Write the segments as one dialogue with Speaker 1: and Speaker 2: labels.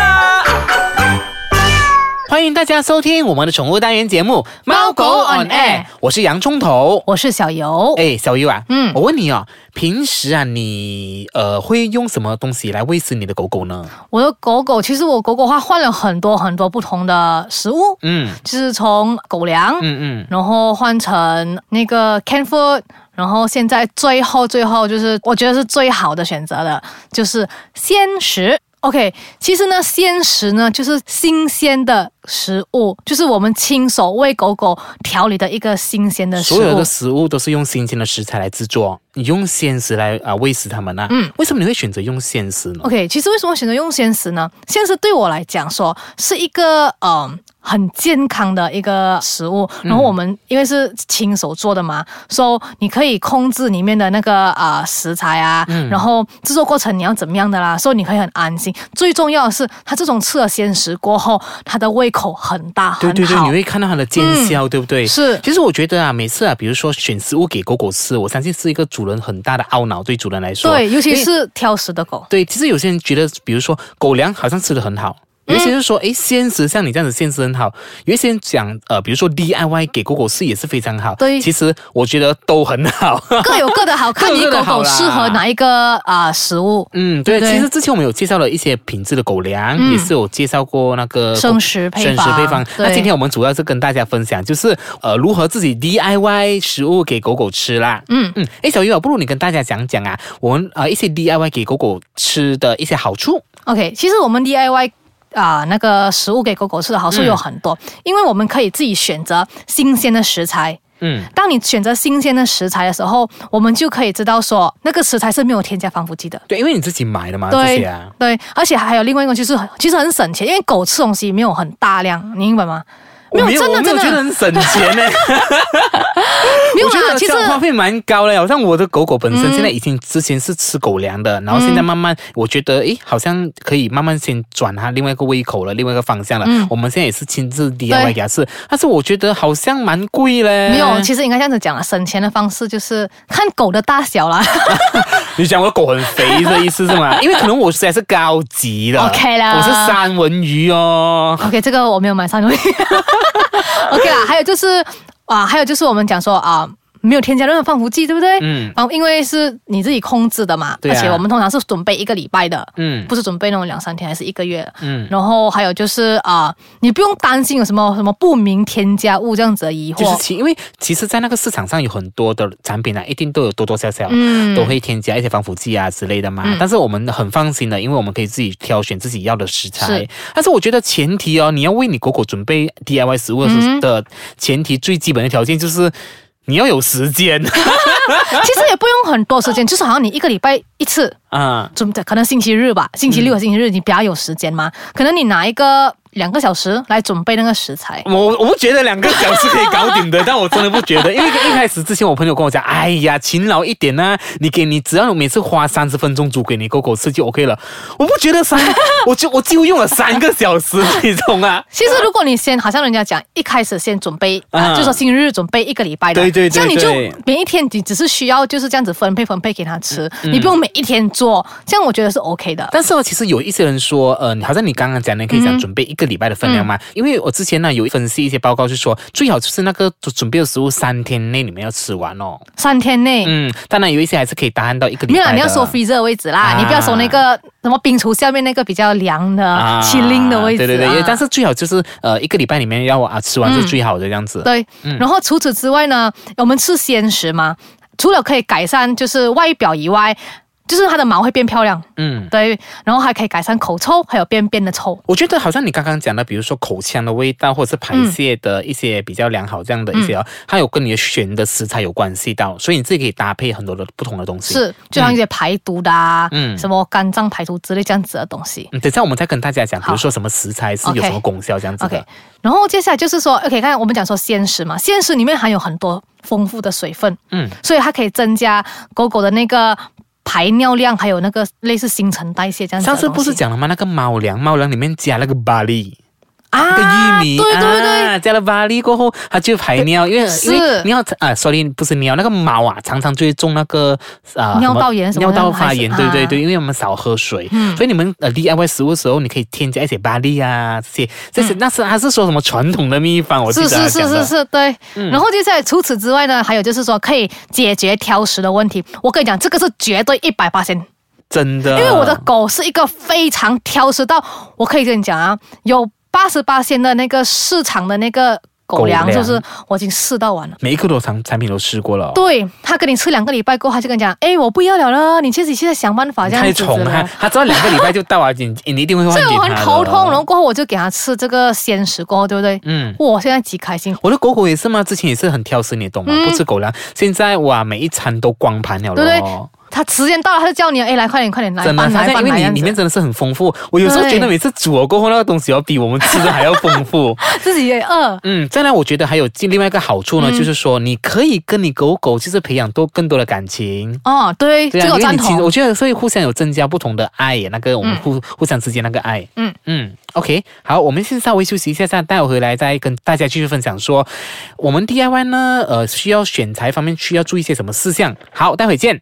Speaker 1: 啊。
Speaker 2: 欢迎大家收听我们的宠物单元节目《
Speaker 3: 猫狗 on air
Speaker 2: 我是洋葱头。
Speaker 3: 我是小游。
Speaker 2: 哎，小优啊，
Speaker 3: 嗯
Speaker 2: 我问你哦，平时啊，你呃会用什么东西来喂食你的狗狗呢？
Speaker 3: 我的狗狗，其实我狗狗它换了很多很多不同的食物，
Speaker 2: 嗯
Speaker 3: 就是从狗粮，
Speaker 2: 嗯嗯，
Speaker 3: 然后换成那个 can food，然后现在最后最后就是我觉得是最好的选择的，就是鲜食。OK，其实呢，鲜食呢就是新鲜的食物，就是我们亲手为狗狗调理的一个新鲜的食物。
Speaker 2: 所有的食物都是用新鲜的食材来制作，你用鲜食来啊、喂食它们啊。
Speaker 3: 嗯，哦
Speaker 2: 为什么你会选择用鲜食呢？
Speaker 3: OK，其实为什么选择用鲜食呢？鲜食对我来讲说是一个嗯、很健康的一个食物，
Speaker 2: 嗯
Speaker 3: 然后我们因为是亲手做的嘛，所、以你可以控制里面的那个啊、呃食材啊，
Speaker 2: 嗯
Speaker 3: 然后制作过程你要怎么样的啦，所以你可以很安心。最重要的是，它这种吃了鲜食过后，它的胃口很大，很
Speaker 2: 对
Speaker 3: 好。嗯
Speaker 2: 对对，你会看到它的见效，对不对？
Speaker 3: 是
Speaker 2: 其实我觉得啊，每次啊，比如说选食物给狗狗吃，我相信是一个主人很大的懊恼，对主人来说。
Speaker 3: 对，尤其
Speaker 2: 因为
Speaker 3: 是挑食 的狗。
Speaker 2: 对，其实有些人觉得，比如说狗粮好像吃的很好。
Speaker 3: 嗯
Speaker 2: 有一些人说，诶，鲜食像你这样子鲜食很好。有一些人讲，呃，比如说 DIY 给狗狗吃也是非常好。
Speaker 3: 对
Speaker 2: 其实我觉得都很好。
Speaker 3: 各有各的好，看
Speaker 2: 各
Speaker 3: 你
Speaker 2: 有各
Speaker 3: 狗
Speaker 2: 的好
Speaker 3: 狗
Speaker 2: 啦
Speaker 3: 适合哪一个啊、呃食物。
Speaker 2: 嗯，对，
Speaker 3: 对
Speaker 2: 其实之前我们有介绍了一些品质的狗粮，
Speaker 3: 嗯
Speaker 2: 也是有介绍过那个
Speaker 3: 生食配
Speaker 2: 生食配
Speaker 3: 方
Speaker 2: 方。那
Speaker 3: 对
Speaker 2: 今天我们主要是跟大家分享，就是呃如何自己 DIY 食物给狗狗吃啦。
Speaker 3: 嗯
Speaker 2: 嗯，哎，小鱼啊，不如你跟大家讲讲啊，我们呃一些 DIY 给狗狗吃的一些好处。
Speaker 3: OK，其实我们 DIY 啊、那个食物给狗狗吃的好处
Speaker 2: 嗯
Speaker 3: 有很多，因为我们可以自己选择新鲜的食材。
Speaker 2: 嗯，
Speaker 3: 当你选择新鲜的食材的时候，我们就可以知道说那个食材是没有添加防腐剂的。
Speaker 2: 对，因为你自己买的嘛，这
Speaker 3: 对
Speaker 2: 些啊。
Speaker 3: 对，而且还有另外一个就是很，其实很省钱，因为狗吃东西没有很大量，你明白吗？没有，
Speaker 2: 我
Speaker 3: 真
Speaker 2: 我
Speaker 3: 的
Speaker 2: 没
Speaker 3: 真
Speaker 2: 有觉得
Speaker 3: 的
Speaker 2: 很省 钱呢、
Speaker 3: 没有
Speaker 2: 我觉
Speaker 3: 啦。
Speaker 2: 得
Speaker 3: 其实嗯
Speaker 2: 这样花费蛮高嘞。好像我的狗狗本身现在已经之前是吃狗粮的，然后现在慢慢，我觉得诶，好像可以慢慢先转它另外一个胃口了，另外一个方向了。
Speaker 3: 嗯
Speaker 2: 我们现在也是亲自 DIY 给它吃，但是我觉得好像蛮贵嘞。
Speaker 3: 没有，其实应该这样子讲啊，省钱的方式就是看狗的大小啦。
Speaker 2: 你讲我狗很肥的意思是 吗？因为可能我实在是高级的
Speaker 3: OK 啦
Speaker 2: 我是三文鱼哦。
Speaker 3: OK，这个我没有买三文鱼。OK 啦，还有就是啊，还有就是我们讲说啊。没有添加任何防腐剂，对不对？
Speaker 2: 嗯
Speaker 3: 啊，因为是你自己控制的嘛，
Speaker 2: 对啊
Speaker 3: 而且我们通常是准备一个礼拜的，
Speaker 2: 嗯
Speaker 3: 不是准备那种两三天还是一个月。
Speaker 2: 嗯，
Speaker 3: 然后还有就是啊、你不用担心有什么什么不明添加物这样子的疑惑。
Speaker 2: 就是其因为其实，在那个市场上有很多的产品啊，一定都有多多少少，
Speaker 3: 嗯
Speaker 2: 都会添加一些防腐剂啊之类的嘛。但是我们很放心的，因为我们可以自己挑选自己要的食材。
Speaker 3: 是
Speaker 2: 但是我觉得前提哦，你要为你狗狗准备 DIY 食
Speaker 3: 嗯
Speaker 2: 物的时候的前提，最基本的条件就是。你要有时间
Speaker 3: 其实也不用很多时间，就是好像你一个礼拜一次，
Speaker 2: 啊、
Speaker 3: 准备可能星期日吧，星期六、
Speaker 2: 嗯
Speaker 3: 星期日你比较有时间嘛，可能你拿一个两个小时来准备那个食材。
Speaker 2: 我我不觉得两个小时可以搞定 的，但我真的不觉得，因为一开始之前我朋友跟我讲，哎呀，勤劳一点呐、你给你只要每次花三十分钟煮给你狗狗吃就 OK 了。我不觉得三， 我就我几乎用了三个小时，你懂啊？
Speaker 3: 其实如果你先，好像人家讲，一开始先准备，啊、
Speaker 2: 啊
Speaker 3: 就说星期日准备一个礼拜的，
Speaker 2: 对对对
Speaker 3: 这样你
Speaker 2: 对
Speaker 3: 就每一天你只是需要就是这样子分配分配给他吃，
Speaker 2: 嗯
Speaker 3: 你不用每一天做，这样我觉得是 OK 的。
Speaker 2: 但是哦，其实有一些人说，呃，好像你刚刚讲的，可以讲准备一个礼拜的分量嘛。因为我之前呢有分析一些报告，就说最好就是那个准备的食物三天内你们要吃完哦。
Speaker 3: 三天内，
Speaker 2: 嗯，当然有一些还是可以达到一个礼
Speaker 3: 没
Speaker 2: 拜
Speaker 3: 有
Speaker 2: 的。
Speaker 3: 啦，你要收 freezer 的位置啦，
Speaker 2: 啊
Speaker 3: 你不要收那个什么冰橱下面那个比较凉的、chilling 的位置、啊。嗯
Speaker 2: 对对对，但是最好就是呃一个礼拜里面要啊吃完是最好的这样子。
Speaker 3: 对，
Speaker 2: 嗯
Speaker 3: 然后除此之外呢，我们吃鲜食嘛，除了可以改善就是外表以外，就是它的毛会变漂亮，
Speaker 2: 嗯，
Speaker 3: 对，然后还可以改善口臭，还有便便的臭。
Speaker 2: 我觉得好像你刚刚讲的，比如说口腔的味道，或者是排泄的一些比较良好这样的一
Speaker 3: 嗯
Speaker 2: 些哦，它有跟你的选的食材有关系到，所以你自己可以搭配很多的不同的东西。
Speaker 3: 是，就像一些排毒的啊，
Speaker 2: 嗯
Speaker 3: 什么肝脏排毒之类这样子的东西。
Speaker 2: 嗯，等一下我们再跟大家讲，比
Speaker 3: 好
Speaker 2: 如说什么食材是有
Speaker 3: OK
Speaker 2: 什么功效这样子的。
Speaker 3: OK，然后接下来就是说，OK，刚才我哎们讲说鲜食嘛，鲜食里面含有很多丰富的水分，
Speaker 2: 嗯，
Speaker 3: 所以它可以增加狗狗的那个排尿量，还有那个类似新陈代谢这样子的
Speaker 2: 上
Speaker 3: 东西。
Speaker 2: 次不是讲了吗？那个猫粮，猫粮里面加那个巴粒，那
Speaker 3: 啊
Speaker 2: 个玉米，
Speaker 3: 对对对
Speaker 2: 啊，加了巴粒过后，它就排尿，因为
Speaker 3: 是
Speaker 2: 因为尿啊，sorry，不是尿，那个猫啊，常常就会中那个啊
Speaker 3: 尿道炎什么
Speaker 2: 尿
Speaker 3: 的
Speaker 2: 道发炎，
Speaker 3: 还是
Speaker 2: 对对
Speaker 3: 啊嗯
Speaker 2: 对，因为我们少喝水，所以你们呃 DIY 食物的时候，你可以添加一些巴粒啊这些，这些那是还是说什么传统的秘方，我记
Speaker 3: 嗯是
Speaker 2: 得嗯他
Speaker 3: 是是
Speaker 2: 讲的
Speaker 3: 是是，对。然后接下来除此之外呢，还有就是说可以解决挑食的问题。我跟你讲，这个是绝对一百八千，因
Speaker 2: 真的，
Speaker 3: 为我的狗是一个非常挑食到，我可以跟你讲啊，有八十八千的那个市场的那个狗粮，
Speaker 2: 狗粮
Speaker 3: 就是我已经试到完了。
Speaker 2: 每一个都产产品都试过了哦，
Speaker 3: 对他跟你吃两个礼拜过后，他就跟你讲，哎，我不要了了，你自己现在想办法这样
Speaker 2: 太
Speaker 3: 子子
Speaker 2: 宠
Speaker 3: 了
Speaker 2: 他，他知道两个礼拜就到啊，你 你一定会换
Speaker 3: 所
Speaker 2: 给
Speaker 3: 以
Speaker 2: 他
Speaker 3: 我很头
Speaker 2: 的
Speaker 3: 痛，然后过后我就给他吃这个鲜食，过后对不对？
Speaker 2: 嗯。
Speaker 3: 哇，我现在极开心。
Speaker 2: 我的狗狗也是嘛，之前也是很挑食，你懂吗？不吃狗粮，现在哇，每一餐都光盘了咯。
Speaker 3: 嗯对不对他时间到了，他就叫你，哎，来快点，快点，来
Speaker 2: 真的，
Speaker 3: 搬
Speaker 2: 它
Speaker 3: 来
Speaker 2: 在
Speaker 3: 搬
Speaker 2: 因
Speaker 3: 来，
Speaker 2: 为你里
Speaker 3: 这
Speaker 2: 面
Speaker 3: 样子
Speaker 2: 真的是很丰富。我有时候
Speaker 3: 对
Speaker 2: 觉得每次煮了过后，那个东西要比我们吃的还要丰 富。
Speaker 3: 自己也饿。
Speaker 2: 嗯，再来，我觉得还有另外一个好处呢，
Speaker 3: 嗯
Speaker 2: 就是说你可以跟你狗狗就是培养多更多的感情。
Speaker 3: 哦，对，
Speaker 2: 对
Speaker 3: 这
Speaker 2: 啊，
Speaker 3: 个我
Speaker 2: 因为
Speaker 3: 赞
Speaker 2: 你其实
Speaker 3: 同
Speaker 2: 我。觉得所以互相有增加不同的爱耶，那个我们互、互相之间那个爱。
Speaker 3: 嗯
Speaker 2: 嗯，OK，好，我们先稍微休息一下，再待会回来再跟大家继续分享说，我们 DIY 呢，呃，需要选材方面需要注意些什么事项。好，待会见。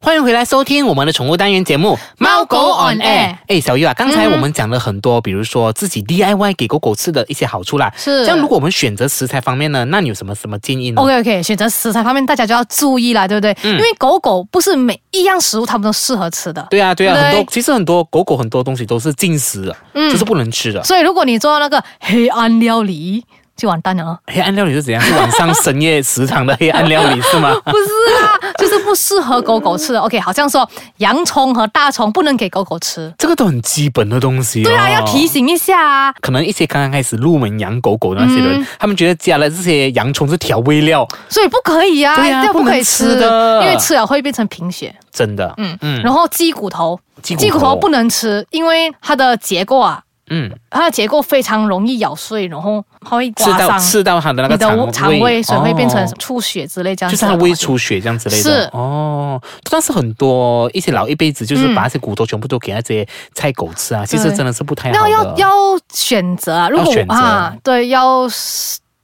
Speaker 2: 欢迎回来收听我们的宠物单元节目《
Speaker 3: 猫狗 on air
Speaker 2: 哎，小玉啊，刚才
Speaker 3: 嗯
Speaker 2: 我们讲了很多，比如说自己 DIY 给狗狗吃的一些好处啦。
Speaker 3: 是
Speaker 2: 像如果我们选择食材方面呢，那你有什么什么建议呢
Speaker 3: OK OK，选择食材方面大家就要注意啦，对不对？
Speaker 2: 嗯
Speaker 3: 因为狗狗不是每一样食物它们都适合吃的。
Speaker 2: 对啊，对啊，
Speaker 3: 对
Speaker 2: 很多其实很多狗狗很多东西都是禁食啊的，
Speaker 3: 嗯
Speaker 2: 就是不能吃的。
Speaker 3: 所以如果你做到那个黑暗料理，就完蛋了 哦。
Speaker 2: 黑暗料理是怎样？是晚上深夜食堂的黑暗料理是 吗？
Speaker 3: 不是啦，就是不适合狗狗吃的。OK，好像说洋葱和大葱不能给狗狗吃。
Speaker 2: 这个都很基本的东西、哦。
Speaker 3: 对啊，要提。醒一下啊。
Speaker 2: 可能一些刚刚开始入门养狗狗的那些人，
Speaker 3: 嗯
Speaker 2: 他们觉得加了这些洋葱是调味料，
Speaker 3: 所以不可以啊，
Speaker 2: 对啊
Speaker 3: 这样不可
Speaker 2: 不
Speaker 3: 以
Speaker 2: 能吃的
Speaker 3: 因为吃了会变成贫血。
Speaker 2: 真的。嗯嗯
Speaker 3: 然后鸡骨头，
Speaker 2: 鸡骨头
Speaker 3: 不能吃，因为它的结构啊，
Speaker 2: 嗯，
Speaker 3: 它的结构非常容易咬碎，然后它会
Speaker 2: 吃
Speaker 3: 刮
Speaker 2: 到
Speaker 3: 伤
Speaker 2: 吃到它的那
Speaker 3: 你
Speaker 2: 个肠
Speaker 3: 的
Speaker 2: 胃，
Speaker 3: 肠胃，所以会变成
Speaker 2: 哦
Speaker 3: 出血之类这样
Speaker 2: 就
Speaker 3: 子
Speaker 2: 是
Speaker 3: 的
Speaker 2: 它
Speaker 3: 东西。
Speaker 2: 胃出血这样之类的
Speaker 3: 是
Speaker 2: 哦，但是很多一些老一辈子就是把那些骨头全部都给那些菜狗吃啊，其实
Speaker 3: 对
Speaker 2: 真的是不太好
Speaker 3: 那
Speaker 2: 的。
Speaker 3: 要要选择啊，如
Speaker 2: 要
Speaker 3: 果
Speaker 2: 选择
Speaker 3: 啊，对，要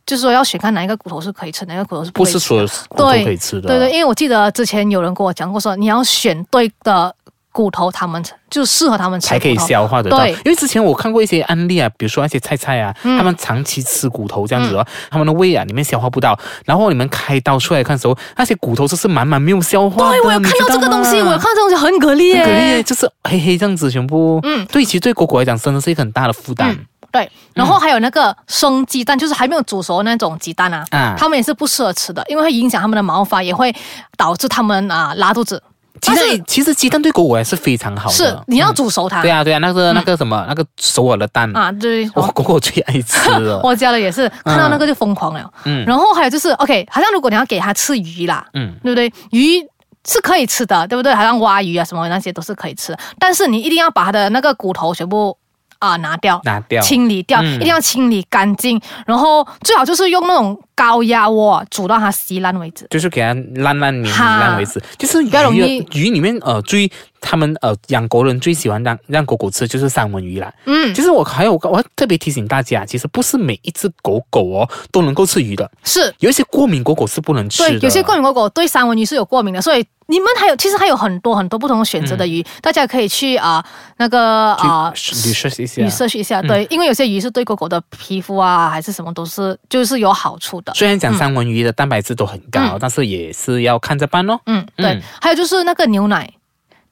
Speaker 3: 就是说要选看哪一个骨头是可以吃，哪一个骨头是
Speaker 2: 不
Speaker 3: 可以
Speaker 2: 是
Speaker 3: 吃
Speaker 2: 所有骨头
Speaker 3: 对
Speaker 2: 可以吃的。哦
Speaker 3: 对对，因为我记得之前有人跟我讲过说，你要选对的骨头，他们就适合他们吃，
Speaker 2: 才可以。消化得到。
Speaker 3: 对嗯
Speaker 2: 因为之前我看过一些案例啊，比如说那些菜菜啊，他们长期吃骨头这样子哦，他们的胃啊里面消化不到，然后你们开刀出来看的时候，那些骨头就是满满没有消化的。
Speaker 3: 对，我有看到这个东西，我有看到这个东西很给力耶，
Speaker 2: 可耶，就是黑黑这样子全部。
Speaker 3: 嗯
Speaker 2: 对，其实对狗狗来讲真的是一个很大的负担。
Speaker 3: 嗯对，然后还有那个生鸡蛋，就是还没有煮熟的那种鸡蛋啊，
Speaker 2: 啊
Speaker 3: 它们也是不适合吃的，因为会影响它们的毛发，也会导致它们啊拉肚子。
Speaker 2: 其
Speaker 3: 但是
Speaker 2: 实其实鸡蛋对狗狗来是非常好的。
Speaker 3: 是你要煮熟它，
Speaker 2: 对啊对啊，那个那个什么那个首尔的蛋，
Speaker 3: 啊，对，
Speaker 2: 我
Speaker 3: 我。
Speaker 2: 狗狗最爱吃哦了
Speaker 3: 我家的也是看到那个就疯狂了。
Speaker 2: 嗯
Speaker 3: 然后还有就是，OK，好像如果你要给它吃鱼啦，
Speaker 2: 嗯，
Speaker 3: 对不对？鱼是可以吃的，对不对？好像蛙鱼啊什么那些都是可以吃，但是你一定要把它的那个骨头全部啊、拿掉，
Speaker 2: 拿掉
Speaker 3: 清理掉，
Speaker 2: 嗯
Speaker 3: 一定要清理干净，然后最好就是用那种高压锅煮到它稀烂为止。
Speaker 2: 就是给它烂烂泥泥
Speaker 3: 哈
Speaker 2: 烂为止。就是鱼
Speaker 3: 较容易
Speaker 2: 鱼里面呃最他们呃养狗人最喜欢让让狗狗吃的就是三文鱼啦。
Speaker 3: 嗯，
Speaker 2: 其实我还有我要特别提醒大家，其实不是每一只狗狗哦都能够吃鱼的，
Speaker 3: 是。
Speaker 2: 有一些过敏狗狗是不能吃
Speaker 3: 对
Speaker 2: 的。，
Speaker 3: 有些过敏狗狗对三文鱼是有过敏的，所以你们还有其实还有很多很多不同的选择的鱼，大家可以去啊、那个
Speaker 2: 嗯去
Speaker 3: 啊、
Speaker 2: research 一
Speaker 3: 你
Speaker 2: 下。
Speaker 3: 摄取一下，对，因为有些鱼是对狗狗的皮肤啊，还是什么都是，就是有好处的。
Speaker 2: 虽然讲三文鱼的蛋白质都很高，但是也是要看着办哦。
Speaker 3: 嗯，对。
Speaker 2: 嗯
Speaker 3: 还有就是那个牛奶，嗯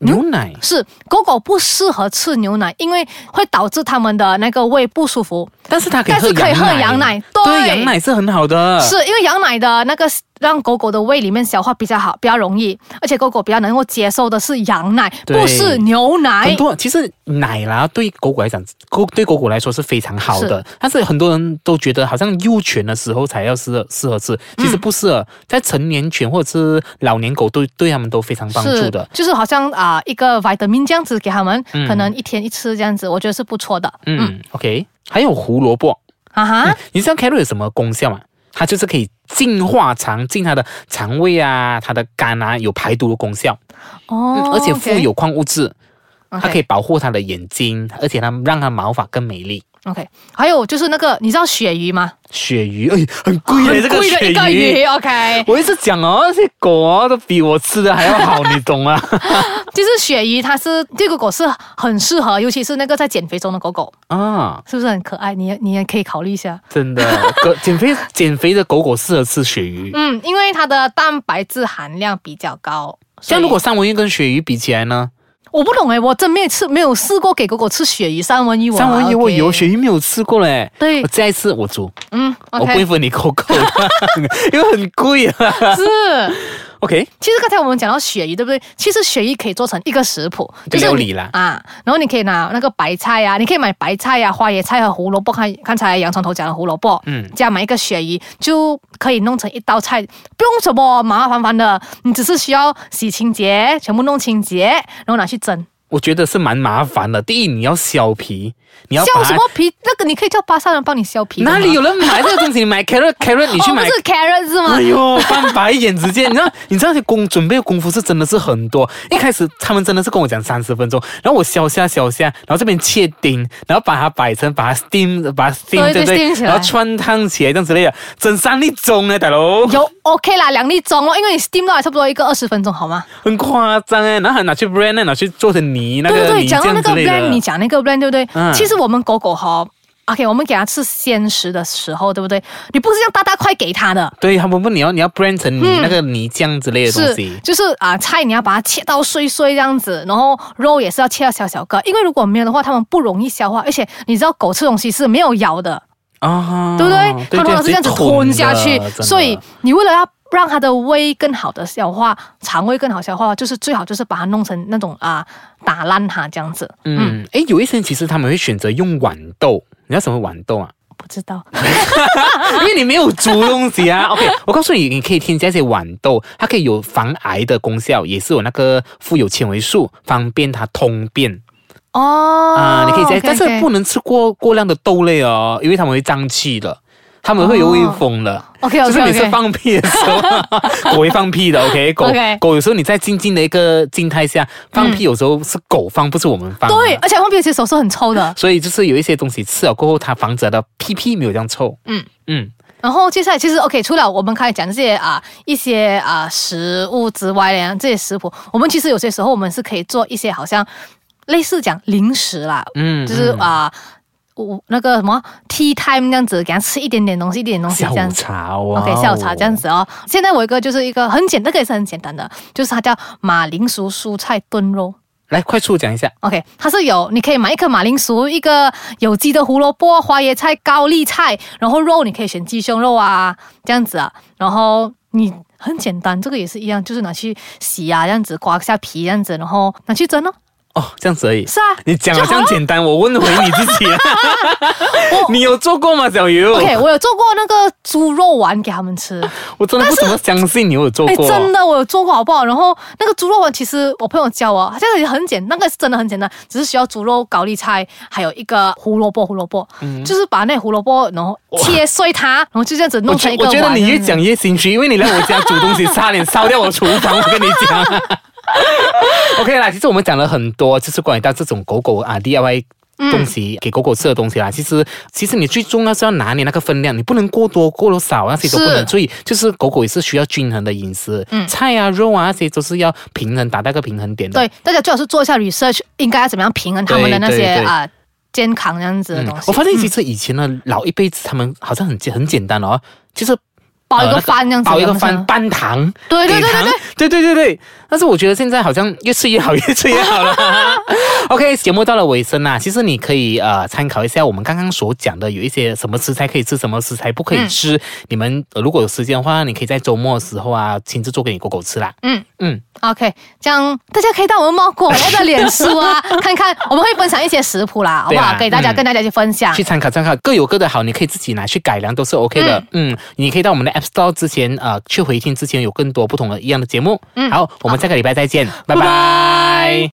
Speaker 2: 牛奶
Speaker 3: 是狗狗不适合吃牛奶，因为会导致它们的那个胃不舒服。
Speaker 2: 但是它可以
Speaker 3: 但
Speaker 2: 喝
Speaker 3: 是
Speaker 2: 羊奶，
Speaker 3: 可以喝羊奶对
Speaker 2: 对，羊奶是很好的。
Speaker 3: 是因为羊奶的那个让狗狗的胃里面消化比较好，比较容易，而且狗狗比较能够接受的是羊奶，
Speaker 2: 对
Speaker 3: 不是牛
Speaker 2: 很
Speaker 3: 奶。
Speaker 2: 多其实奶啦，对狗狗来讲，狗对狗狗来说是非常好的。但是很多人都觉得好像幼犬的时候才要适合适合吃，其实不适合。在成年犬或者是老年狗都对他们都非常帮助
Speaker 3: 是
Speaker 2: 的，。
Speaker 3: 就是好像啊、一个 vitamin 这样子给它们，可能一天一吃这样子，我觉得是不错的。
Speaker 2: 嗯 o k 还有胡萝卜，
Speaker 3: 啊哈，
Speaker 2: 你知道 carrot 有什么功效吗？它就是可以净化肠，净它的肠胃啊，它的肝啊，有排毒的功效，嗯
Speaker 3: 哦，
Speaker 2: 而且富
Speaker 3: OK
Speaker 2: 有矿物质，它可以
Speaker 3: OK
Speaker 2: 保护它的眼睛，而且它让它毛发更美丽。
Speaker 3: OK，还有就是那个，你知道鳕鱼吗？
Speaker 2: 鳕鱼，哎，很贵的
Speaker 3: 很
Speaker 2: 这个
Speaker 3: 贵的一
Speaker 2: 鳕
Speaker 3: 个
Speaker 2: 鱼
Speaker 3: 鱼。，OK，
Speaker 2: 我一直讲哦，那些狗哦都比我吃的还要好，你懂 吗？
Speaker 3: 就是鳕鱼，它是这个狗是很适合，尤其是那个在减肥中的狗狗，
Speaker 2: 啊，
Speaker 3: 是不是很可爱？你也你也可以考虑一下。
Speaker 2: 真的， 狗减肥减肥的狗狗适合吃鳕鱼。
Speaker 3: 嗯，因为它的蛋白质含量比较高。所以
Speaker 2: 像如果三文鱼跟鳕鱼比起来呢？
Speaker 3: 我不懂哎，我真没吃，没有试过给狗狗吃鳕鱼、三文鱼我还啊
Speaker 2: 三
Speaker 3: OK。
Speaker 2: 文鱼我有，鳕鱼没有吃过嘞。
Speaker 3: 对
Speaker 2: 我再一次我煮，
Speaker 3: 嗯
Speaker 2: 我不会
Speaker 3: ，OK，
Speaker 2: 分你狗狗 的，因为很贵啊。
Speaker 3: 是。
Speaker 2: OK，
Speaker 3: 其实刚才我们讲到鳕鱼，对不对？其实鳕鱼可以做成一个食谱，就是
Speaker 2: 料
Speaker 3: 你
Speaker 2: 理啦
Speaker 3: 啊，然后你可以拿那个白菜呀、你可以买白菜呀、花椰菜和胡萝卜，看刚才洋葱头讲的胡萝卜，
Speaker 2: 嗯
Speaker 3: 加买一个鳕鱼就可以弄成一道菜，不用什么麻麻烦烦的，你只是需要洗清洁，全部弄清洁，然后拿去蒸。
Speaker 2: 我觉得是蛮麻烦的。第一，你要削皮，你要
Speaker 3: 削
Speaker 2: 把
Speaker 3: 什么皮？那个你可以叫巴萨人帮你削皮的吗。
Speaker 2: 哪里有人买这个东西？你买 carrot carrot，你
Speaker 3: 哦？
Speaker 2: 去
Speaker 3: 不
Speaker 2: 买。
Speaker 3: 是 carrot 是吗
Speaker 2: 哎？呦，翻白眼直接，你知道， 你知道，功准备的功夫是真的是很多。一开始他们真的是跟我讲三十分钟，然后我削下削下，然后这边切丁，然后把它摆成，把它 steam，把它 steam，
Speaker 3: 对对
Speaker 2: 不
Speaker 3: steam 起来
Speaker 2: 然后穿烫起来这样之类的，整三粒钟呢，大佬，
Speaker 3: 有 OK 啦，两粒钟咯，因为你 steam 到还差不多一个二十分钟，好吗？
Speaker 2: 很夸张哎。然后还拿去 brand，呢拿去做成泥，那
Speaker 3: 对对
Speaker 2: 个
Speaker 3: 对，
Speaker 2: 泥这
Speaker 3: 讲到那
Speaker 2: 样
Speaker 3: 个
Speaker 2: 之类
Speaker 3: brand，
Speaker 2: 的。
Speaker 3: 你讲那个 brand 对不对？
Speaker 2: 嗯
Speaker 3: 其实我们狗狗哈，OK，我们给它吃鲜食的时候，对不对？你不是这样大大块给它的。
Speaker 2: 对他们问你要你要 brand 成泥、那个泥浆之类的东
Speaker 3: 嗯是
Speaker 2: 西，，
Speaker 3: 就是啊，菜你要把它切到碎碎这样子，然后肉也是要切到小小个，因为如果没有的话，它们不容易消化，而且你知道狗吃东西是没有咬的，
Speaker 2: 啊，
Speaker 3: 对不对？它通常是这样子吞下去
Speaker 2: 真，的
Speaker 3: 所以你为了要让它的胃更好的消化，肠胃更好消化，就是最好就是把它弄成那种啊、打烂它这样子。嗯，
Speaker 2: 嗯，诶，有一些人其实他们会选择用豌豆，你知道什么豌豆啊？
Speaker 3: 不知道。
Speaker 2: 因为你没有煮东西啊。OK，我 告诉你，你可以添加一些豌豆，它可以有防癌的功效，也是有那个富有纤维素，方便它通便
Speaker 3: 哦，
Speaker 2: 啊、你可以加
Speaker 3: OK，
Speaker 2: 但是
Speaker 3: OK
Speaker 2: 不能吃过过量的豆类哦，因为它们会胀气的。它们会有微风的
Speaker 3: OK，OK，OK
Speaker 2: 就是每次放屁的时候，狗会放屁的。OK，狗
Speaker 3: OK 嗯
Speaker 2: 狗有时候你在静静的一个静态下放屁，有时候是狗放，不是我们放。
Speaker 3: 对，，而且放屁有些手是很臭的。
Speaker 2: 所以就是有一些东西吃了过后，它防止它的屁屁没有这样臭。
Speaker 3: 嗯
Speaker 2: 嗯，
Speaker 3: 然后接下来其实 OK，除了我们刚才讲这些啊一些啊食物之外呢，这些食谱，我们其实有些时候我们是可以做一些好像类似讲零食啦，
Speaker 2: 嗯
Speaker 3: 就是
Speaker 2: 嗯
Speaker 3: 啊。我那个什么 tea time 这样子，给它吃一点点东西，一点点东西
Speaker 2: 下
Speaker 3: 这样
Speaker 2: 午
Speaker 3: 子。
Speaker 2: 茶哦
Speaker 3: OK，下午茶这样。子哦。现在我有一个就是一个很简，那个也是很简单的，就是它叫马铃薯蔬菜炖肉。
Speaker 2: 来，快速讲一下。
Speaker 3: OK，它是有，你可以买一颗马铃薯，一个有机的胡萝卜、花椰菜、高丽菜，然后肉你可以选鸡胸肉啊，这样子啊，然后你很简单，这个也是一样，就是拿去洗啊，这样子刮下皮，这样子，然后拿去蒸哦。
Speaker 2: 哦，这样子而已。
Speaker 3: 是啊，
Speaker 2: 你讲
Speaker 3: 就
Speaker 2: 的这
Speaker 3: 好
Speaker 2: 样
Speaker 3: 了。
Speaker 2: 简单，我问回你自己 啊。 你有做过吗，小鱼
Speaker 3: OK，我有做过那个猪肉丸给他们吃，
Speaker 2: 我真的不怎么相信你有做
Speaker 3: 哎，
Speaker 2: 过。
Speaker 3: 真的我有做过好不好？然后那个猪肉丸其实我朋友教我，这个也很简单，那个是真的很简单，只是需要猪肉、高丽菜，还有一个胡萝卜，胡萝卜，
Speaker 2: 嗯
Speaker 3: 就是把那胡萝卜然后切碎它，然后就这样子
Speaker 2: 我
Speaker 3: 弄成
Speaker 2: 觉
Speaker 3: 一个
Speaker 2: 我
Speaker 3: 丸。
Speaker 2: 觉得你越讲越心虚，因为你来我家煮东西，差点烧掉我厨房。我跟你讲，OK 啦。其实我们讲了很多，就是关于到这种狗狗啊 DIY 东西、给狗狗吃的东西啦。其实，其实你最重要是要拿捏那个分量，你不能过多、过多少那些都不能。
Speaker 3: 是
Speaker 2: 所以，就是狗狗也是需要均衡的饮食，菜啊、肉啊那些都是要平衡，达到一个平衡点的。
Speaker 3: 对，大家最好是做一下 research，应该要怎么样平衡他们的那
Speaker 2: 对
Speaker 3: 些
Speaker 2: 对对嗯
Speaker 3: 啊、健康这样子的东西。
Speaker 2: 我发现其实以前的老一辈子，他们好像很简很简单哦，就是
Speaker 3: 包一个饭这样子
Speaker 2: 包一呃个
Speaker 3: 有没有
Speaker 2: 饭，半糖，
Speaker 3: 对对
Speaker 2: 给
Speaker 3: 对
Speaker 2: 糖对对对对。但是我觉得现在好像越吃越好，越吃越好了。OK，节目到了尾声啦，啊其实你可以呃参考一下我们刚刚所讲的，有一些什么食材可以吃，什么食材不可以吃。
Speaker 3: 嗯
Speaker 2: 你们、呃如果有时间的话，你可以在周末的时候啊，亲自做给你狗狗吃啦。
Speaker 3: 嗯
Speaker 2: 嗯，
Speaker 3: OK，这样大家可以到我们猫狗我的脸 书啊，看看我们会分享一些食谱啦，好不
Speaker 2: 对
Speaker 3: 好
Speaker 2: 啊？
Speaker 3: 给大家、
Speaker 2: 嗯
Speaker 3: 跟大家去分享
Speaker 2: 去。参考参考，各有各的好，你可以自己拿去改良，都是 OK 的。嗯你可以到我们的 App Store 之前呃去回听之前有更多不同的一样的节目。嗯，好，我们下个礼拜再见，拜拜